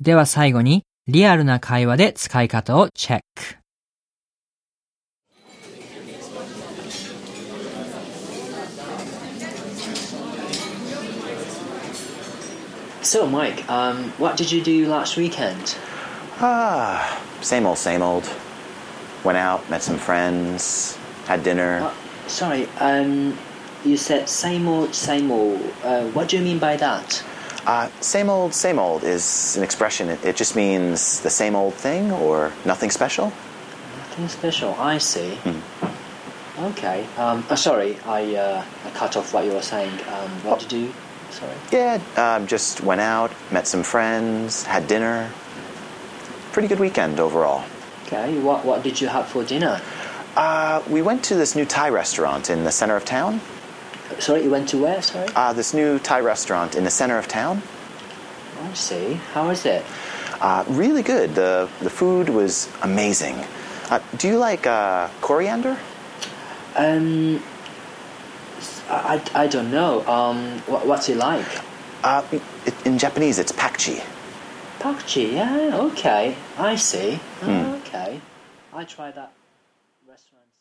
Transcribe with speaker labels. Speaker 1: では最後に、リアルな会話で使い方をチェック。
Speaker 2: So, Mike, um, what did you do last weekend?
Speaker 3: Ah, same old, same old. Went out, met some friends, had dinner.
Speaker 2: Uh, sorry, um, you said same old, same old. Uh, what do you mean by that?
Speaker 3: Uh, same old, same old is an expression. It, it just means the same old thing or nothing special.
Speaker 2: Nothing special. I see. Okay. Um, uh, sorry, I, uh, I cut off what you were saying. Um, what did you? Sorry.
Speaker 3: Yeah, um, just went out, met some friends, had dinner. Pretty good weekend overall.
Speaker 2: Okay. What What did you have for dinner?
Speaker 3: Uh, we went to this new Thai restaurant in the center of town.
Speaker 2: Sorry, you went to where? Sorry.
Speaker 3: Uh, this new Thai restaurant in the center of town.
Speaker 2: I see. How is it?
Speaker 3: Uh, really good. The, the food was amazing. Uh, do you like uh, coriander?
Speaker 2: Um, s- I, I- I don't know. Um, what, what's it like?
Speaker 3: Uh, it, in Japanese, it's pakchi.
Speaker 2: Pakchi. Yeah. Okay. I see. Okay. I tried that restaurant.